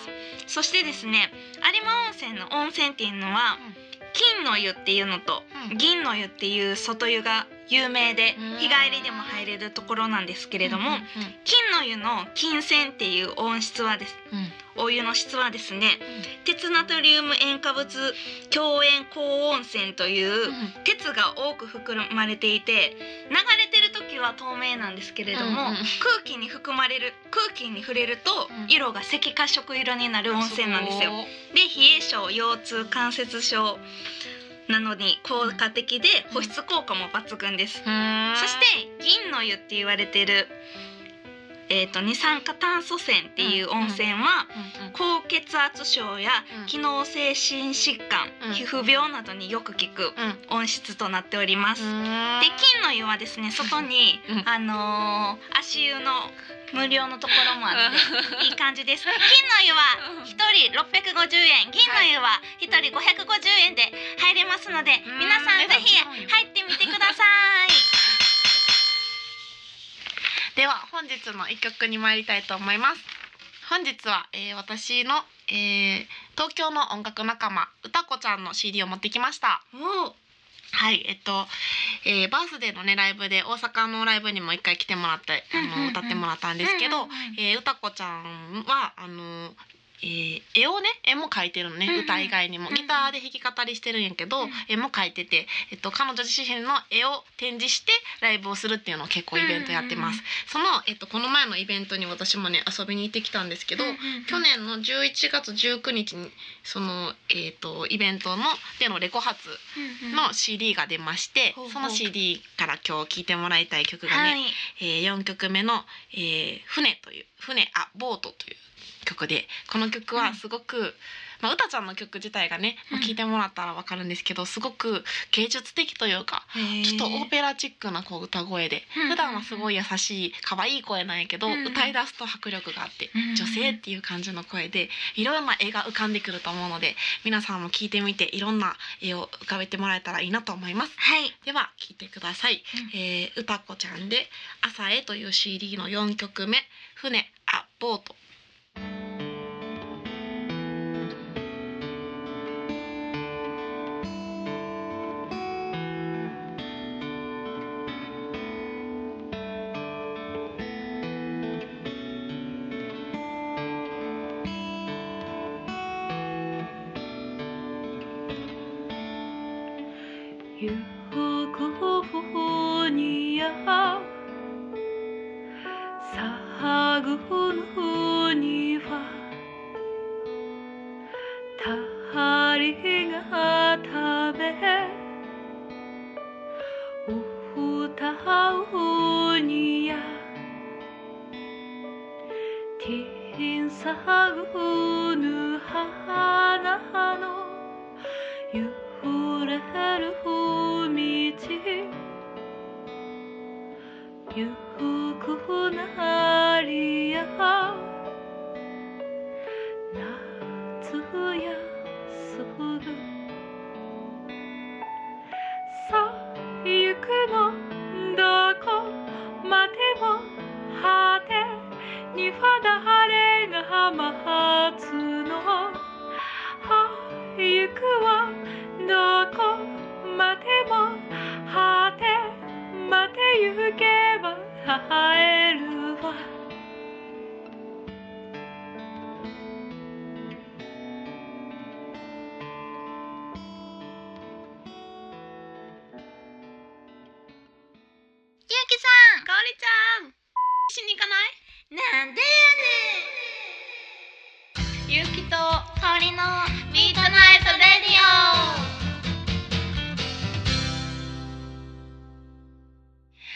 [SPEAKER 1] そしてですね有馬温泉の温泉っていうのは
[SPEAKER 2] うん
[SPEAKER 1] 金の湯っていうのと
[SPEAKER 2] うん
[SPEAKER 1] 銀の湯っていう外湯が有名で
[SPEAKER 2] うん
[SPEAKER 1] 日帰りでも入れるところなんですけれども
[SPEAKER 2] うん
[SPEAKER 1] 金の湯の金泉っていう温室はです
[SPEAKER 2] うんうん。。
[SPEAKER 1] お湯の質はですね鉄ナトリウム塩化物強塩高温泉といううん鉄が多く含まれていて流れてる時は透明なんですけれども、
[SPEAKER 2] うんうん
[SPEAKER 1] 空気に含まれる空気に触れると
[SPEAKER 2] うん
[SPEAKER 1] 色が赤褐色色になる温泉なんですよ。
[SPEAKER 2] ごい。
[SPEAKER 1] で冷え症腰痛関節症なのに効果的で
[SPEAKER 2] うん
[SPEAKER 1] 保湿効果も抜群です。
[SPEAKER 2] そ
[SPEAKER 1] そして銀の湯って言われてる、えー、と二酸化炭素泉っていう温泉は、高血圧症や
[SPEAKER 2] うん
[SPEAKER 1] 機能性心疾患、
[SPEAKER 2] うん
[SPEAKER 1] 皮膚病などによく効く
[SPEAKER 2] うん
[SPEAKER 1] 温室となっております。で金の湯はですね外に、
[SPEAKER 2] うん
[SPEAKER 1] あのー足湯の無料のところもあって。いい感じです。金の湯
[SPEAKER 2] う
[SPEAKER 1] は
[SPEAKER 2] ん
[SPEAKER 1] 一人650円、銀の湯は一人550円で入れますので、
[SPEAKER 2] ん
[SPEAKER 1] 皆さんぜひ
[SPEAKER 2] 値段違うよ
[SPEAKER 1] 入ってみてください。
[SPEAKER 2] では本日の一曲に参りたいと思います本日は、えー私の、えー東京の音楽仲間歌子ちゃんの CD を持ってきました
[SPEAKER 1] もう
[SPEAKER 2] はいえっと、えーバースデーのねライブで大阪のライブにも一回来てもらってあ
[SPEAKER 1] うんうんう
[SPEAKER 2] の
[SPEAKER 1] ん
[SPEAKER 2] 歌ってもらったんですけど、
[SPEAKER 1] うんうんうん
[SPEAKER 2] えー歌子ちゃんはあのえー絵をね絵も描いてるのね、
[SPEAKER 1] うんうん
[SPEAKER 2] 歌以外にも
[SPEAKER 1] うんうん
[SPEAKER 2] ギターで弾き語りしてるんやけど、
[SPEAKER 1] うん
[SPEAKER 2] 絵も描いてて、えっと、彼女自身の絵を展示してライブをするっていうのを結構イベントやってます、その、えっと、この前のイベントに私もね遊びに行ってきたんですけど、去年の11月19日にその、えっとイベントのでのレコ発
[SPEAKER 1] の、
[SPEAKER 2] の CD が出まして、
[SPEAKER 1] ほうほう
[SPEAKER 2] その CD から今日聴いてもらいたい曲がね、
[SPEAKER 1] はい、
[SPEAKER 2] えー、4曲目の「えー船」という「船あボート」という曲でこの曲
[SPEAKER 1] う
[SPEAKER 2] は
[SPEAKER 1] ん
[SPEAKER 2] すごく、まあ、うたちゃんの曲自体がね、まあ、
[SPEAKER 1] うん
[SPEAKER 2] 聞いてもらったらわかるんですけどすごく芸術的というかちょっとオペラチックなこう歌声で、
[SPEAKER 1] うん
[SPEAKER 2] 普段はすごい優しい可愛い声なんやけど、
[SPEAKER 1] うん
[SPEAKER 2] 歌い出すと迫力があって、
[SPEAKER 1] うん
[SPEAKER 2] 女性っていう感じの声でいろんな絵が浮かんでくると思うので皆さんも聞いてみていろんな絵を浮かべてもらえたらいいなと思います。
[SPEAKER 1] はい、
[SPEAKER 2] では聴いてください、
[SPEAKER 1] う
[SPEAKER 2] えー歌子ちゃんで「朝へ」という CD の4曲目「船あボート」
[SPEAKER 3] ユーフォニアサグフニファタリが食べウフタウニアティンサグヌハナハの揺れる海道ゆくなりや夏やすぐさあ行くのどこまでも果てにファダれが待つの行くはどこまでも果てまで行けば 会えるわ
[SPEAKER 1] ゆうきさん、かおりちゃん、
[SPEAKER 3] しに行かない
[SPEAKER 1] なんで
[SPEAKER 3] ゆうき
[SPEAKER 1] やねん。
[SPEAKER 3] と
[SPEAKER 1] かおりの
[SPEAKER 3] ミートナイトレディ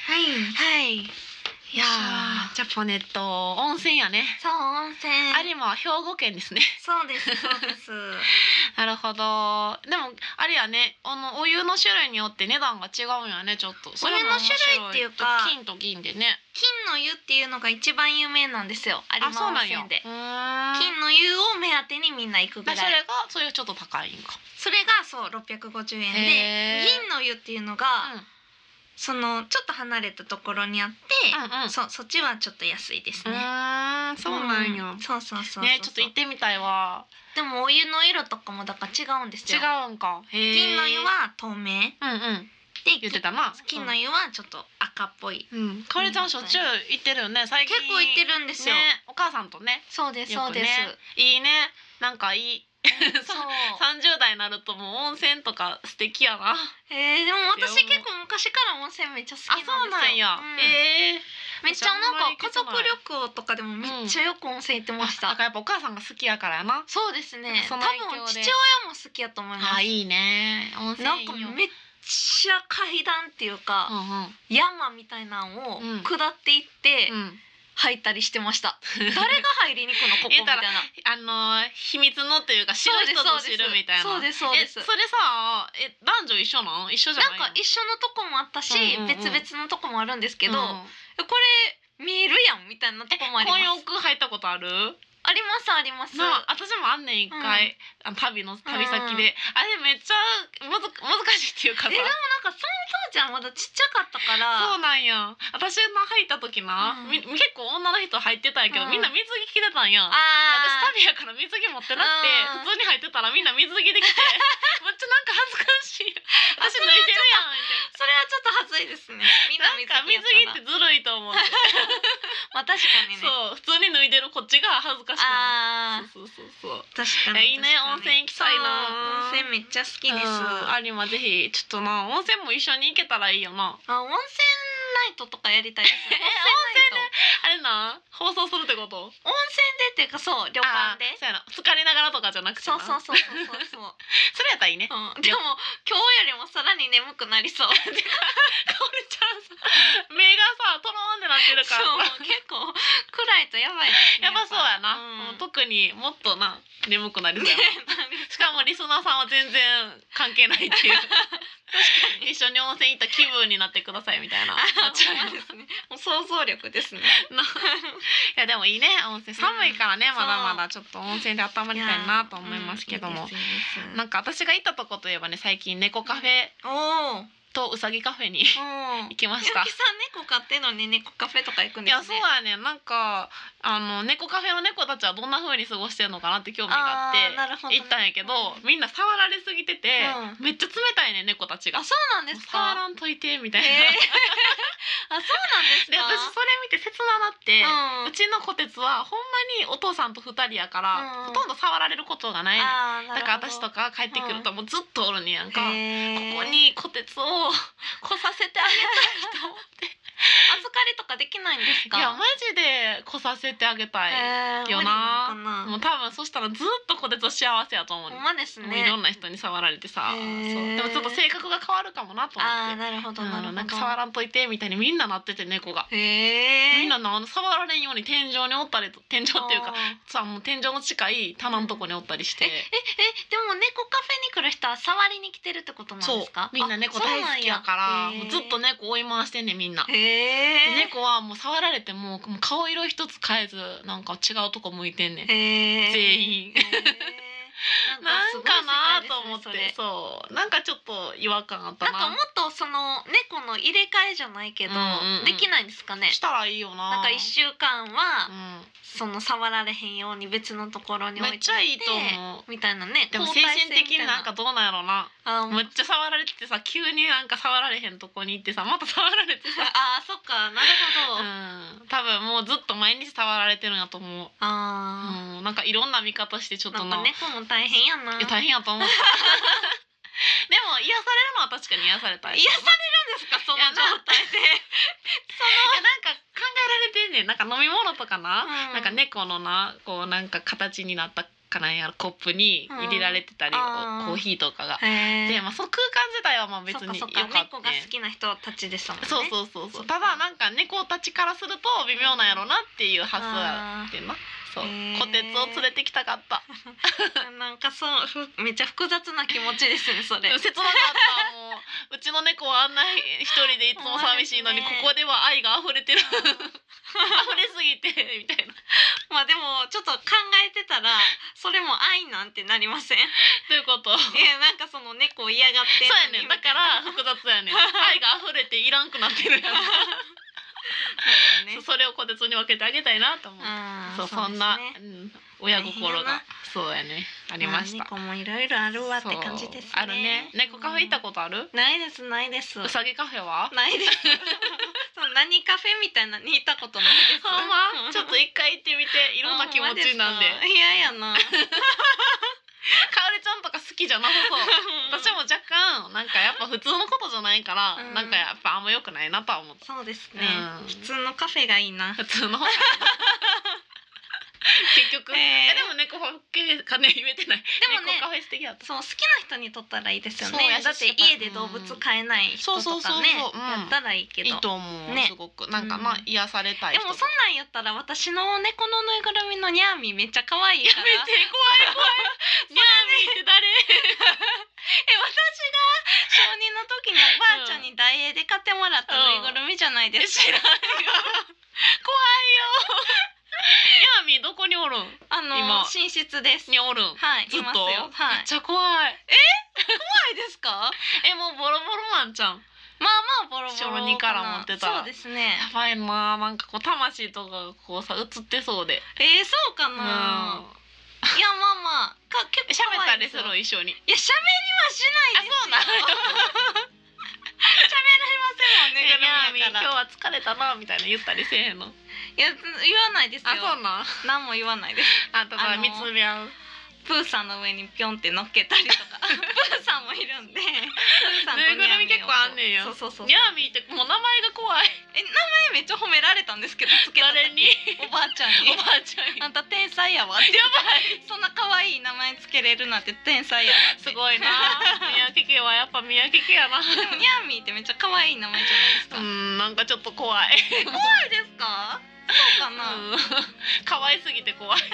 [SPEAKER 1] はい、
[SPEAKER 2] はいいやージャポネット温泉やね
[SPEAKER 1] そう温泉。
[SPEAKER 2] あれも兵庫県ですね
[SPEAKER 1] そうですそうです。
[SPEAKER 2] なるほどでもあれやねあのお湯の種類によって値段が違うんやねちょっとそれも面白
[SPEAKER 1] お湯の種類っていうか
[SPEAKER 2] 金と銀でね
[SPEAKER 1] 金の湯っていうのが一番有名なんですよ。有
[SPEAKER 2] あそ
[SPEAKER 1] 馬
[SPEAKER 2] う
[SPEAKER 1] 温
[SPEAKER 2] なんや
[SPEAKER 1] 泉で。
[SPEAKER 2] うーん
[SPEAKER 1] 金の湯を目当てにみんな行くぐら
[SPEAKER 2] まあ
[SPEAKER 1] い。
[SPEAKER 2] それがそれがちょっと高いんか
[SPEAKER 1] それがそう650円で
[SPEAKER 2] へー
[SPEAKER 1] 銀の湯っていうのが、
[SPEAKER 2] うん
[SPEAKER 1] そのちょっと離れたところにあって、
[SPEAKER 2] うんうん
[SPEAKER 1] そそっちはちょっと安いです
[SPEAKER 2] う
[SPEAKER 1] ね。
[SPEAKER 2] ーんそうなんや、
[SPEAKER 1] うそうそうそうそう。
[SPEAKER 2] ねちょっと行ってみたいわ
[SPEAKER 1] でもお湯の色とかもだから違うんです
[SPEAKER 2] 違
[SPEAKER 1] よ。
[SPEAKER 2] うんかへー
[SPEAKER 1] 銀の湯は透明
[SPEAKER 2] うんうん
[SPEAKER 1] で
[SPEAKER 2] 言ってたな
[SPEAKER 1] 金の湯はちょっと赤っぽい。
[SPEAKER 2] うんかおりちゃんしょっちゅう行ってるよね最近
[SPEAKER 1] 結構行ってるんですよ。
[SPEAKER 2] ねお母さんとね
[SPEAKER 1] そうです
[SPEAKER 2] よ
[SPEAKER 1] そう
[SPEAKER 2] く
[SPEAKER 1] です。
[SPEAKER 2] ねいいねなんかいい
[SPEAKER 1] そう。
[SPEAKER 2] 30代になるともう温泉とか素敵やなあ
[SPEAKER 1] えー、でも私
[SPEAKER 2] いやもう
[SPEAKER 1] 結構昔から温泉めっちゃ好きなんですよ。
[SPEAKER 2] そうなんや、
[SPEAKER 1] うん
[SPEAKER 2] ええ
[SPEAKER 1] めっちゃなん
[SPEAKER 2] 私あんま
[SPEAKER 1] か家
[SPEAKER 2] り行けて
[SPEAKER 1] 族
[SPEAKER 2] ない
[SPEAKER 1] 旅行とかでもめっちゃよく温泉行ってました。
[SPEAKER 2] だからやっぱお母さんが好きやからやな
[SPEAKER 1] そうですね。多
[SPEAKER 2] その
[SPEAKER 1] 分
[SPEAKER 2] 影響で
[SPEAKER 1] 父親も好きやと思います。
[SPEAKER 2] あいいね温泉
[SPEAKER 1] なんか
[SPEAKER 2] いいよ
[SPEAKER 1] めっちゃ階段っていうか、
[SPEAKER 2] う
[SPEAKER 1] 山みたいなのを
[SPEAKER 2] うん
[SPEAKER 1] 下っていって
[SPEAKER 2] んうんうん
[SPEAKER 1] 入ったりしてま した。誰が入りに行くのここみ
[SPEAKER 2] 言う
[SPEAKER 1] た
[SPEAKER 2] た
[SPEAKER 1] い
[SPEAKER 2] ら
[SPEAKER 1] な。
[SPEAKER 2] あのー秘密のというか知る人ぞ知るみたいな
[SPEAKER 1] そうですそうです。そ
[SPEAKER 2] え
[SPEAKER 1] う
[SPEAKER 2] それさえ男女一緒なの一緒
[SPEAKER 1] です
[SPEAKER 2] じ
[SPEAKER 1] な
[SPEAKER 2] ゃない
[SPEAKER 1] ん
[SPEAKER 2] の
[SPEAKER 1] か一緒のとこもあったし、
[SPEAKER 2] うんうんうん
[SPEAKER 1] 別々のとこもあるんですけど、
[SPEAKER 2] うん
[SPEAKER 1] これ見えるやんみたいなとこもあります。
[SPEAKER 2] 混浴入ったことある
[SPEAKER 1] ありますあります。
[SPEAKER 2] な私もあんねん一回、あの旅の旅先で、あれめっちゃむず難しいっていうかさ
[SPEAKER 1] えでもなんかその当時はまだちっちゃかったから
[SPEAKER 2] そうなんや私の入った時な、
[SPEAKER 1] うん
[SPEAKER 2] み結構女の人入ってたんやけど、
[SPEAKER 1] うん
[SPEAKER 2] みんな水着着てたんや
[SPEAKER 1] あー
[SPEAKER 2] 私旅やから水着持ってなくて
[SPEAKER 1] うん
[SPEAKER 2] 普通に入ってたらみんな水着できてめ っちゃなんか恥ずかしい私脱いでるやんみたい
[SPEAKER 1] それはちょっと恥ずいですねみんな水着
[SPEAKER 2] ななんか水着ってずるいと思って
[SPEAKER 1] まあ確かにね
[SPEAKER 2] そう普通に脱いでるこっちが恥ずかした
[SPEAKER 3] あー
[SPEAKER 2] そうそうそうそう
[SPEAKER 3] 確かに
[SPEAKER 2] いやいいね温泉行きたいな
[SPEAKER 3] そう温泉めっちゃ好きです、
[SPEAKER 2] うん有馬ぜひちょっとな温泉も一緒に行けたらいいよな
[SPEAKER 1] あ温泉ナイトとかやりたいですね 温
[SPEAKER 2] あれな放送するってこと
[SPEAKER 1] 泉ナイト温泉でっていうかそう旅館で
[SPEAKER 2] あーそうやな疲れながらとかじゃなくて
[SPEAKER 1] そ
[SPEAKER 2] な
[SPEAKER 1] うそうそうそうそうそう、
[SPEAKER 2] それやったらいいね
[SPEAKER 1] うん、でも今日よりもさらに眠くなり そう
[SPEAKER 2] かおりちゃんさ 目がさトローンってなってる
[SPEAKER 1] そ
[SPEAKER 2] か
[SPEAKER 1] う
[SPEAKER 2] ら
[SPEAKER 1] 結構暗いとやばいですね
[SPEAKER 2] やばそうやな、もう
[SPEAKER 1] うん、
[SPEAKER 2] 特にもっとな眠くなりそう
[SPEAKER 1] ね
[SPEAKER 2] や な
[SPEAKER 1] なり
[SPEAKER 2] しかもリスナーさんは全然関係ないっていう 一緒に温泉行った気分になってくださいみたいな
[SPEAKER 1] あ
[SPEAKER 2] なっちゃうよ
[SPEAKER 1] ほんまですね。もう想像力ですね。
[SPEAKER 2] いやでもいいね温泉寒いからね、
[SPEAKER 1] うん
[SPEAKER 2] まだまだちょっと温泉で温まりたいなと思いますけど
[SPEAKER 1] う
[SPEAKER 2] も、
[SPEAKER 1] んいいですいいです
[SPEAKER 2] なんか私が行ったとこといえばね最近猫カフェ
[SPEAKER 1] おお。
[SPEAKER 2] とうさぎカフェに
[SPEAKER 1] うん。
[SPEAKER 2] 行
[SPEAKER 1] ゆ
[SPEAKER 2] きま
[SPEAKER 1] き
[SPEAKER 2] し
[SPEAKER 1] さ
[SPEAKER 2] た
[SPEAKER 1] ん猫飼ってんのに猫カフェとか行くん
[SPEAKER 2] い
[SPEAKER 1] ですね。
[SPEAKER 2] やそうやねなんかあの猫カフェの猫たちはどんな風に過ごしてるのかなって興味があって
[SPEAKER 1] あーなるほどね
[SPEAKER 2] 行ったんやけどみんな触られすぎてて、
[SPEAKER 1] う
[SPEAKER 2] めっちゃ冷たいね猫たちが
[SPEAKER 1] あ、。そうなんで
[SPEAKER 2] もう
[SPEAKER 1] す
[SPEAKER 2] 触
[SPEAKER 1] か。
[SPEAKER 2] らんといてみた
[SPEAKER 1] え
[SPEAKER 2] いな、
[SPEAKER 1] ーあ、そう
[SPEAKER 2] で
[SPEAKER 1] なん
[SPEAKER 2] 私
[SPEAKER 1] です
[SPEAKER 2] それ見て切なな って、
[SPEAKER 1] か。
[SPEAKER 2] うちの虎鉄はほんまにお父さんと二人やから、
[SPEAKER 1] うん
[SPEAKER 2] ほとんど触られることがないね
[SPEAKER 1] あーな
[SPEAKER 2] だ
[SPEAKER 1] る
[SPEAKER 2] から
[SPEAKER 1] ほど
[SPEAKER 2] 私とか帰ってくるともうずっとおるねやんか、
[SPEAKER 1] へー
[SPEAKER 2] ここに虎鉄を来させてあげたいと思って
[SPEAKER 1] 預かりとかできないんですか。
[SPEAKER 2] いやマジで来させてあげたい、
[SPEAKER 1] へー
[SPEAKER 2] よな
[SPEAKER 1] 無理
[SPEAKER 2] も
[SPEAKER 1] のか
[SPEAKER 2] う多分そしたらずっと虎鉄は幸せやと思う
[SPEAKER 1] な。
[SPEAKER 2] ね
[SPEAKER 1] ほんまです
[SPEAKER 2] もういろん
[SPEAKER 1] ね。
[SPEAKER 2] な人に触られてさ、
[SPEAKER 1] へー
[SPEAKER 2] そうでもちょっと性格が変わるかもなと思
[SPEAKER 1] あー、
[SPEAKER 2] って。
[SPEAKER 1] なるほど、なるほ
[SPEAKER 2] うん
[SPEAKER 1] ど。
[SPEAKER 2] なんか触らんといてみたいにみんななってて猫が、
[SPEAKER 1] へえ。
[SPEAKER 2] みんなのあの触られんように天井におったりと天井っていうか
[SPEAKER 1] あー
[SPEAKER 2] さもう天井の近い棚のとこにおったりして、
[SPEAKER 1] えでも猫カフェに来る人は触りに来てるってことなん
[SPEAKER 2] そう
[SPEAKER 1] ですか
[SPEAKER 2] みんな猫大好きやからもうずっと
[SPEAKER 1] ね
[SPEAKER 2] 猫追い回してんねんみんな。で
[SPEAKER 1] へえ
[SPEAKER 2] 猫はもう触られてももう顔色一つ変えずなんか違うとこ向いてんねん。
[SPEAKER 1] へー
[SPEAKER 2] 全員
[SPEAKER 1] へー
[SPEAKER 2] なんかなと思っ
[SPEAKER 1] すごい世界で
[SPEAKER 2] て
[SPEAKER 1] すね
[SPEAKER 2] そうなんかちょっと違和感あっ
[SPEAKER 1] そ
[SPEAKER 2] た
[SPEAKER 1] れ
[SPEAKER 2] な。
[SPEAKER 1] なんかもっとその猫の入れ替えじゃないけど、
[SPEAKER 2] うんうんうん
[SPEAKER 1] できないんですかね
[SPEAKER 2] したらいいよな。
[SPEAKER 1] なんか一週間は、
[SPEAKER 2] う
[SPEAKER 1] その触られへんように別のところに
[SPEAKER 2] ん、
[SPEAKER 1] 置
[SPEAKER 2] め
[SPEAKER 1] いて
[SPEAKER 2] っちゃいいと思う。
[SPEAKER 1] みたいなね
[SPEAKER 2] でも精
[SPEAKER 1] 交代制
[SPEAKER 2] 神的になんか
[SPEAKER 1] み
[SPEAKER 2] どうなんやろうな。
[SPEAKER 1] たいなあーも
[SPEAKER 2] め
[SPEAKER 1] う
[SPEAKER 2] っちゃ触られててさ急になんか触られへんとこに行ってさまた触られてさ。
[SPEAKER 1] あーそっかなる
[SPEAKER 2] う
[SPEAKER 1] ほど、
[SPEAKER 2] ん、多分もうずっと毎日触られてるんやと思う。
[SPEAKER 1] あ
[SPEAKER 2] うん、なんかいろんな見方してちょっ
[SPEAKER 1] ー、な
[SPEAKER 2] と
[SPEAKER 1] ん
[SPEAKER 2] な
[SPEAKER 1] か猫も大変やない
[SPEAKER 2] や大変やと思う でも癒されるのは確かに癒されたい
[SPEAKER 1] 癒さ
[SPEAKER 2] れ
[SPEAKER 1] ですかその
[SPEAKER 2] いや
[SPEAKER 1] 状態で。
[SPEAKER 2] なんか考えられてんねんなんか飲み物とかな、
[SPEAKER 1] うん
[SPEAKER 2] なんか猫のなこうなんか形になったかなんやろコップに入れられてたり、
[SPEAKER 1] うんあー
[SPEAKER 2] コーヒーとかが、
[SPEAKER 1] へ
[SPEAKER 2] で
[SPEAKER 1] え。
[SPEAKER 2] まあその空間自体はまあ別
[SPEAKER 1] そっか
[SPEAKER 2] に
[SPEAKER 1] そ
[SPEAKER 2] 良
[SPEAKER 1] っか
[SPEAKER 2] かった
[SPEAKER 1] 猫が好きな人たちですもんね。
[SPEAKER 2] そう
[SPEAKER 1] う。
[SPEAKER 2] そうそうそうただなんか猫たちからすると微妙なんやろなっていう発想やってんなそう
[SPEAKER 1] へー
[SPEAKER 2] 虎鉄を連れてきたか った
[SPEAKER 1] なんかそうふめっちゃ複雑な気持ちですねそれ。
[SPEAKER 2] 切なかったもううちの猫はあんな一人でいつも寂しいのに、
[SPEAKER 1] ほんまですね
[SPEAKER 2] ここでは愛が溢 れてる溢れすぎてみたいな
[SPEAKER 1] まあでもちょっと考えてたらそれも愛なんてなりません。い
[SPEAKER 2] ということそう
[SPEAKER 1] やなんかその猫を嫌がってん
[SPEAKER 2] や
[SPEAKER 1] の
[SPEAKER 2] ね
[SPEAKER 1] に
[SPEAKER 2] んだから複雑や ねん愛が溢れていらんくなってるやん
[SPEAKER 1] みたいななんかね。
[SPEAKER 2] それをこてつに分けてあげたいなと思う
[SPEAKER 1] あー
[SPEAKER 2] そう
[SPEAKER 1] う
[SPEAKER 2] そ
[SPEAKER 1] です
[SPEAKER 2] んな、
[SPEAKER 1] ね
[SPEAKER 2] うん親心
[SPEAKER 1] 大変や
[SPEAKER 2] が
[SPEAKER 1] な
[SPEAKER 2] そうやねありました、
[SPEAKER 1] あ猫もいろいろあるわって
[SPEAKER 2] そう
[SPEAKER 1] 感じですね。
[SPEAKER 2] あるね猫カフェ行ったことある、
[SPEAKER 1] ないですないです
[SPEAKER 2] う。さぎカフェは
[SPEAKER 1] ない です。その何カフェみたいなのに行ったことないです。
[SPEAKER 2] ほんまちょっと一回行ってみてい
[SPEAKER 1] い
[SPEAKER 2] ろんな気持ちになんでか
[SPEAKER 1] いやいやな。
[SPEAKER 2] おりちゃんとか好きじゃなさそう私
[SPEAKER 1] 私 も
[SPEAKER 2] も若干なんかやっぱ普通のことじゃないから、
[SPEAKER 1] うん
[SPEAKER 2] なんかやっぱあんま良くないなとは思った
[SPEAKER 1] そうですね、
[SPEAKER 2] うん
[SPEAKER 1] 普通のカフェがいいな
[SPEAKER 2] 普通 の方が結局、
[SPEAKER 1] えー
[SPEAKER 2] えでも猫カフェかね言えてない
[SPEAKER 1] でもね
[SPEAKER 2] 猫カフェ素敵やった
[SPEAKER 1] そう好きな人にとったらいいですよね
[SPEAKER 2] そうやし
[SPEAKER 1] だって家で動物飼えない人とかね、
[SPEAKER 2] そうそうそうそううん
[SPEAKER 1] やったらいいけど
[SPEAKER 2] いいと思う、
[SPEAKER 1] ね
[SPEAKER 2] すごくなんかまあ、
[SPEAKER 1] うん
[SPEAKER 2] 癒されたい
[SPEAKER 1] で
[SPEAKER 2] 人
[SPEAKER 1] も
[SPEAKER 2] と
[SPEAKER 1] そん
[SPEAKER 2] か
[SPEAKER 1] なんやったら私の猫のぬいぐるみのニャーミーめっちゃ可愛いから
[SPEAKER 2] やめて怖い怖い ニャーミーって誰
[SPEAKER 1] え私が小2の時におばあちゃんにダイエーで買ってもらったぬいぐるみじゃないですか、
[SPEAKER 2] うん知らんニャーミーどこにおるん
[SPEAKER 1] あの
[SPEAKER 2] 今
[SPEAKER 1] 寝室です
[SPEAKER 2] におるん
[SPEAKER 1] はい
[SPEAKER 2] ずっ
[SPEAKER 1] います
[SPEAKER 2] と
[SPEAKER 1] よはい
[SPEAKER 2] めっちゃ怖い
[SPEAKER 1] 怖いですか
[SPEAKER 2] えもうボロボロなんちゃうん
[SPEAKER 1] まあまあボロボロ
[SPEAKER 2] 小二から持って
[SPEAKER 1] そ
[SPEAKER 2] たら
[SPEAKER 1] うですね
[SPEAKER 2] やばいななんかこう魂とかがこうさ映ってそうで
[SPEAKER 1] えー、そうか
[SPEAKER 2] うん
[SPEAKER 1] な、いやまあまあか結構
[SPEAKER 2] 喋
[SPEAKER 1] 可
[SPEAKER 2] っ
[SPEAKER 1] 愛
[SPEAKER 2] た
[SPEAKER 1] いで
[SPEAKER 2] り
[SPEAKER 1] す
[SPEAKER 2] する
[SPEAKER 1] よい
[SPEAKER 2] 一緒に
[SPEAKER 1] や喋りはしないですよ
[SPEAKER 2] あそうなの
[SPEAKER 1] 喋られまぬいぐるみ
[SPEAKER 2] み
[SPEAKER 1] や
[SPEAKER 2] 今
[SPEAKER 1] か
[SPEAKER 2] 日
[SPEAKER 1] ら
[SPEAKER 2] は疲れたなみたいな言ったりせえへんのあ
[SPEAKER 1] いや言わないですよ
[SPEAKER 2] そうなん
[SPEAKER 1] 何も言わないです
[SPEAKER 2] あと
[SPEAKER 1] あ
[SPEAKER 2] は
[SPEAKER 1] の
[SPEAKER 2] 見つめ合う
[SPEAKER 1] プーさんの上にピョンって乗っけたりとかプーさんもいるんでプーさんとニャー
[SPEAKER 2] ぬいぐるみ結構あんねんや
[SPEAKER 1] そうそうそう
[SPEAKER 2] ニャーミーってもう名前が怖い
[SPEAKER 1] え名前めっちゃ褒められたんですけどつけた
[SPEAKER 2] 誰に
[SPEAKER 1] おばあちゃん
[SPEAKER 2] お
[SPEAKER 1] に
[SPEAKER 2] ばあちゃんに
[SPEAKER 1] あんた天才やわってやばいそんな可愛い名前つけれるなんて天才やわって
[SPEAKER 2] すごい な三宅家はやっぱ三宅家やな
[SPEAKER 1] でもニャーミーってめっちゃ可愛い名前じゃ
[SPEAKER 2] う
[SPEAKER 1] ないですか、
[SPEAKER 2] んなんかちょっと怖い
[SPEAKER 1] 怖いですかそうか
[SPEAKER 2] う
[SPEAKER 1] な、
[SPEAKER 2] ん可愛すぎて 怖い
[SPEAKER 1] そ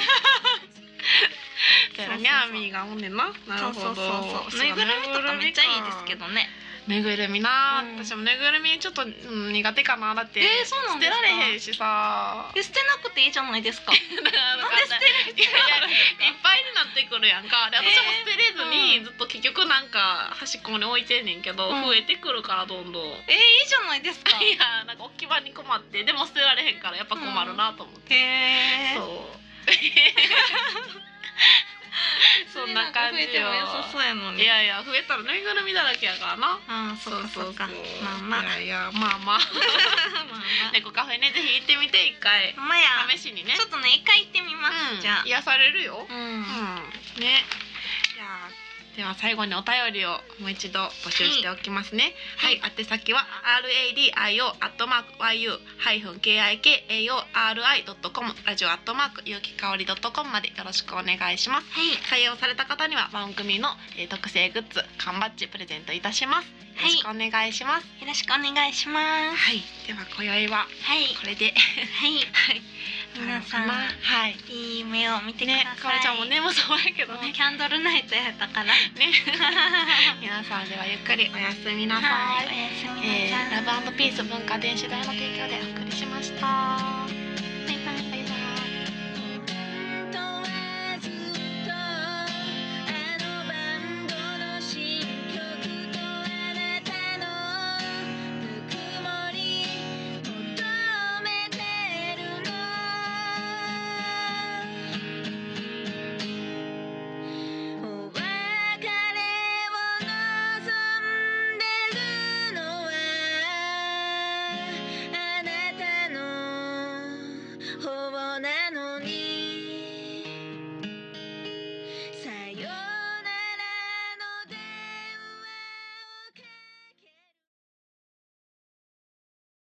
[SPEAKER 1] うそう
[SPEAKER 2] ニャーミーがおんねんななるほど
[SPEAKER 1] そうそうそうぬいぐるみとかめっちゃいいですけどね
[SPEAKER 2] ぬいぐるみな、
[SPEAKER 1] うん
[SPEAKER 2] 私もぬいぐるみちょっと、うん苦手かなだって、
[SPEAKER 1] えーそうなんですか
[SPEAKER 2] 捨てられへんしさ
[SPEAKER 1] え捨てなくていいじゃ ないですか
[SPEAKER 2] なんで
[SPEAKER 1] 捨
[SPEAKER 2] てるいやいやいっぱいになってくるやんかで私も捨てれず
[SPEAKER 1] えー
[SPEAKER 2] に、
[SPEAKER 1] うん
[SPEAKER 2] ずっと結局なんか端っこに置いてんねんけど、
[SPEAKER 1] うん
[SPEAKER 2] 増えてくるからどんどん。
[SPEAKER 1] えー、いいじゃない ですか
[SPEAKER 2] いやなんか置き場に困ってでも捨てられへんからやっぱ困るなと思って、
[SPEAKER 1] へ
[SPEAKER 2] そう
[SPEAKER 1] ー
[SPEAKER 2] そんな感じ
[SPEAKER 1] それ
[SPEAKER 2] よ
[SPEAKER 1] なんか増えても良さそうやのに
[SPEAKER 2] いやいや増えたらぬいぐるみだらけやからな
[SPEAKER 1] ああそうかそうかまあ まあまあ
[SPEAKER 2] いやいやまあまあ
[SPEAKER 1] まあ
[SPEAKER 2] 猫カフェねぜひ行ってみて一回
[SPEAKER 1] ほんまや
[SPEAKER 2] 試しにね
[SPEAKER 1] ちょっとね一回行ってみます、
[SPEAKER 2] うん
[SPEAKER 1] じゃあ
[SPEAKER 2] 癒されるよ、うん、
[SPEAKER 1] うん
[SPEAKER 2] ねじゃあでは最後にお便りをもう一度募集しておきますね
[SPEAKER 1] は
[SPEAKER 2] はいい、宛先は radio アットマーク yu ハイフン kikari ドットコムラジオアットマーク有機香りドットコムまでよろしくお願いします
[SPEAKER 1] はい
[SPEAKER 2] 採用された方には番組の、えー特製グッズ缶バッジプレゼントいたしますよろしくお願いします
[SPEAKER 1] よろしくお願いします
[SPEAKER 2] はい、では今宵は
[SPEAKER 1] はい
[SPEAKER 2] これで
[SPEAKER 1] はい皆さん
[SPEAKER 2] はい
[SPEAKER 1] いい夢を見てくだ
[SPEAKER 2] ね
[SPEAKER 1] さい
[SPEAKER 2] かおりちゃんも眠そうやけど
[SPEAKER 1] もう
[SPEAKER 2] ね
[SPEAKER 1] キャンドルナイトやったから
[SPEAKER 2] ね 皆さんではゆっくりおやすみなさ
[SPEAKER 1] はい
[SPEAKER 2] い、
[SPEAKER 1] おやすみな
[SPEAKER 2] え
[SPEAKER 1] さい、
[SPEAKER 2] ー、ラブピース文化電子代の提供でお送りしました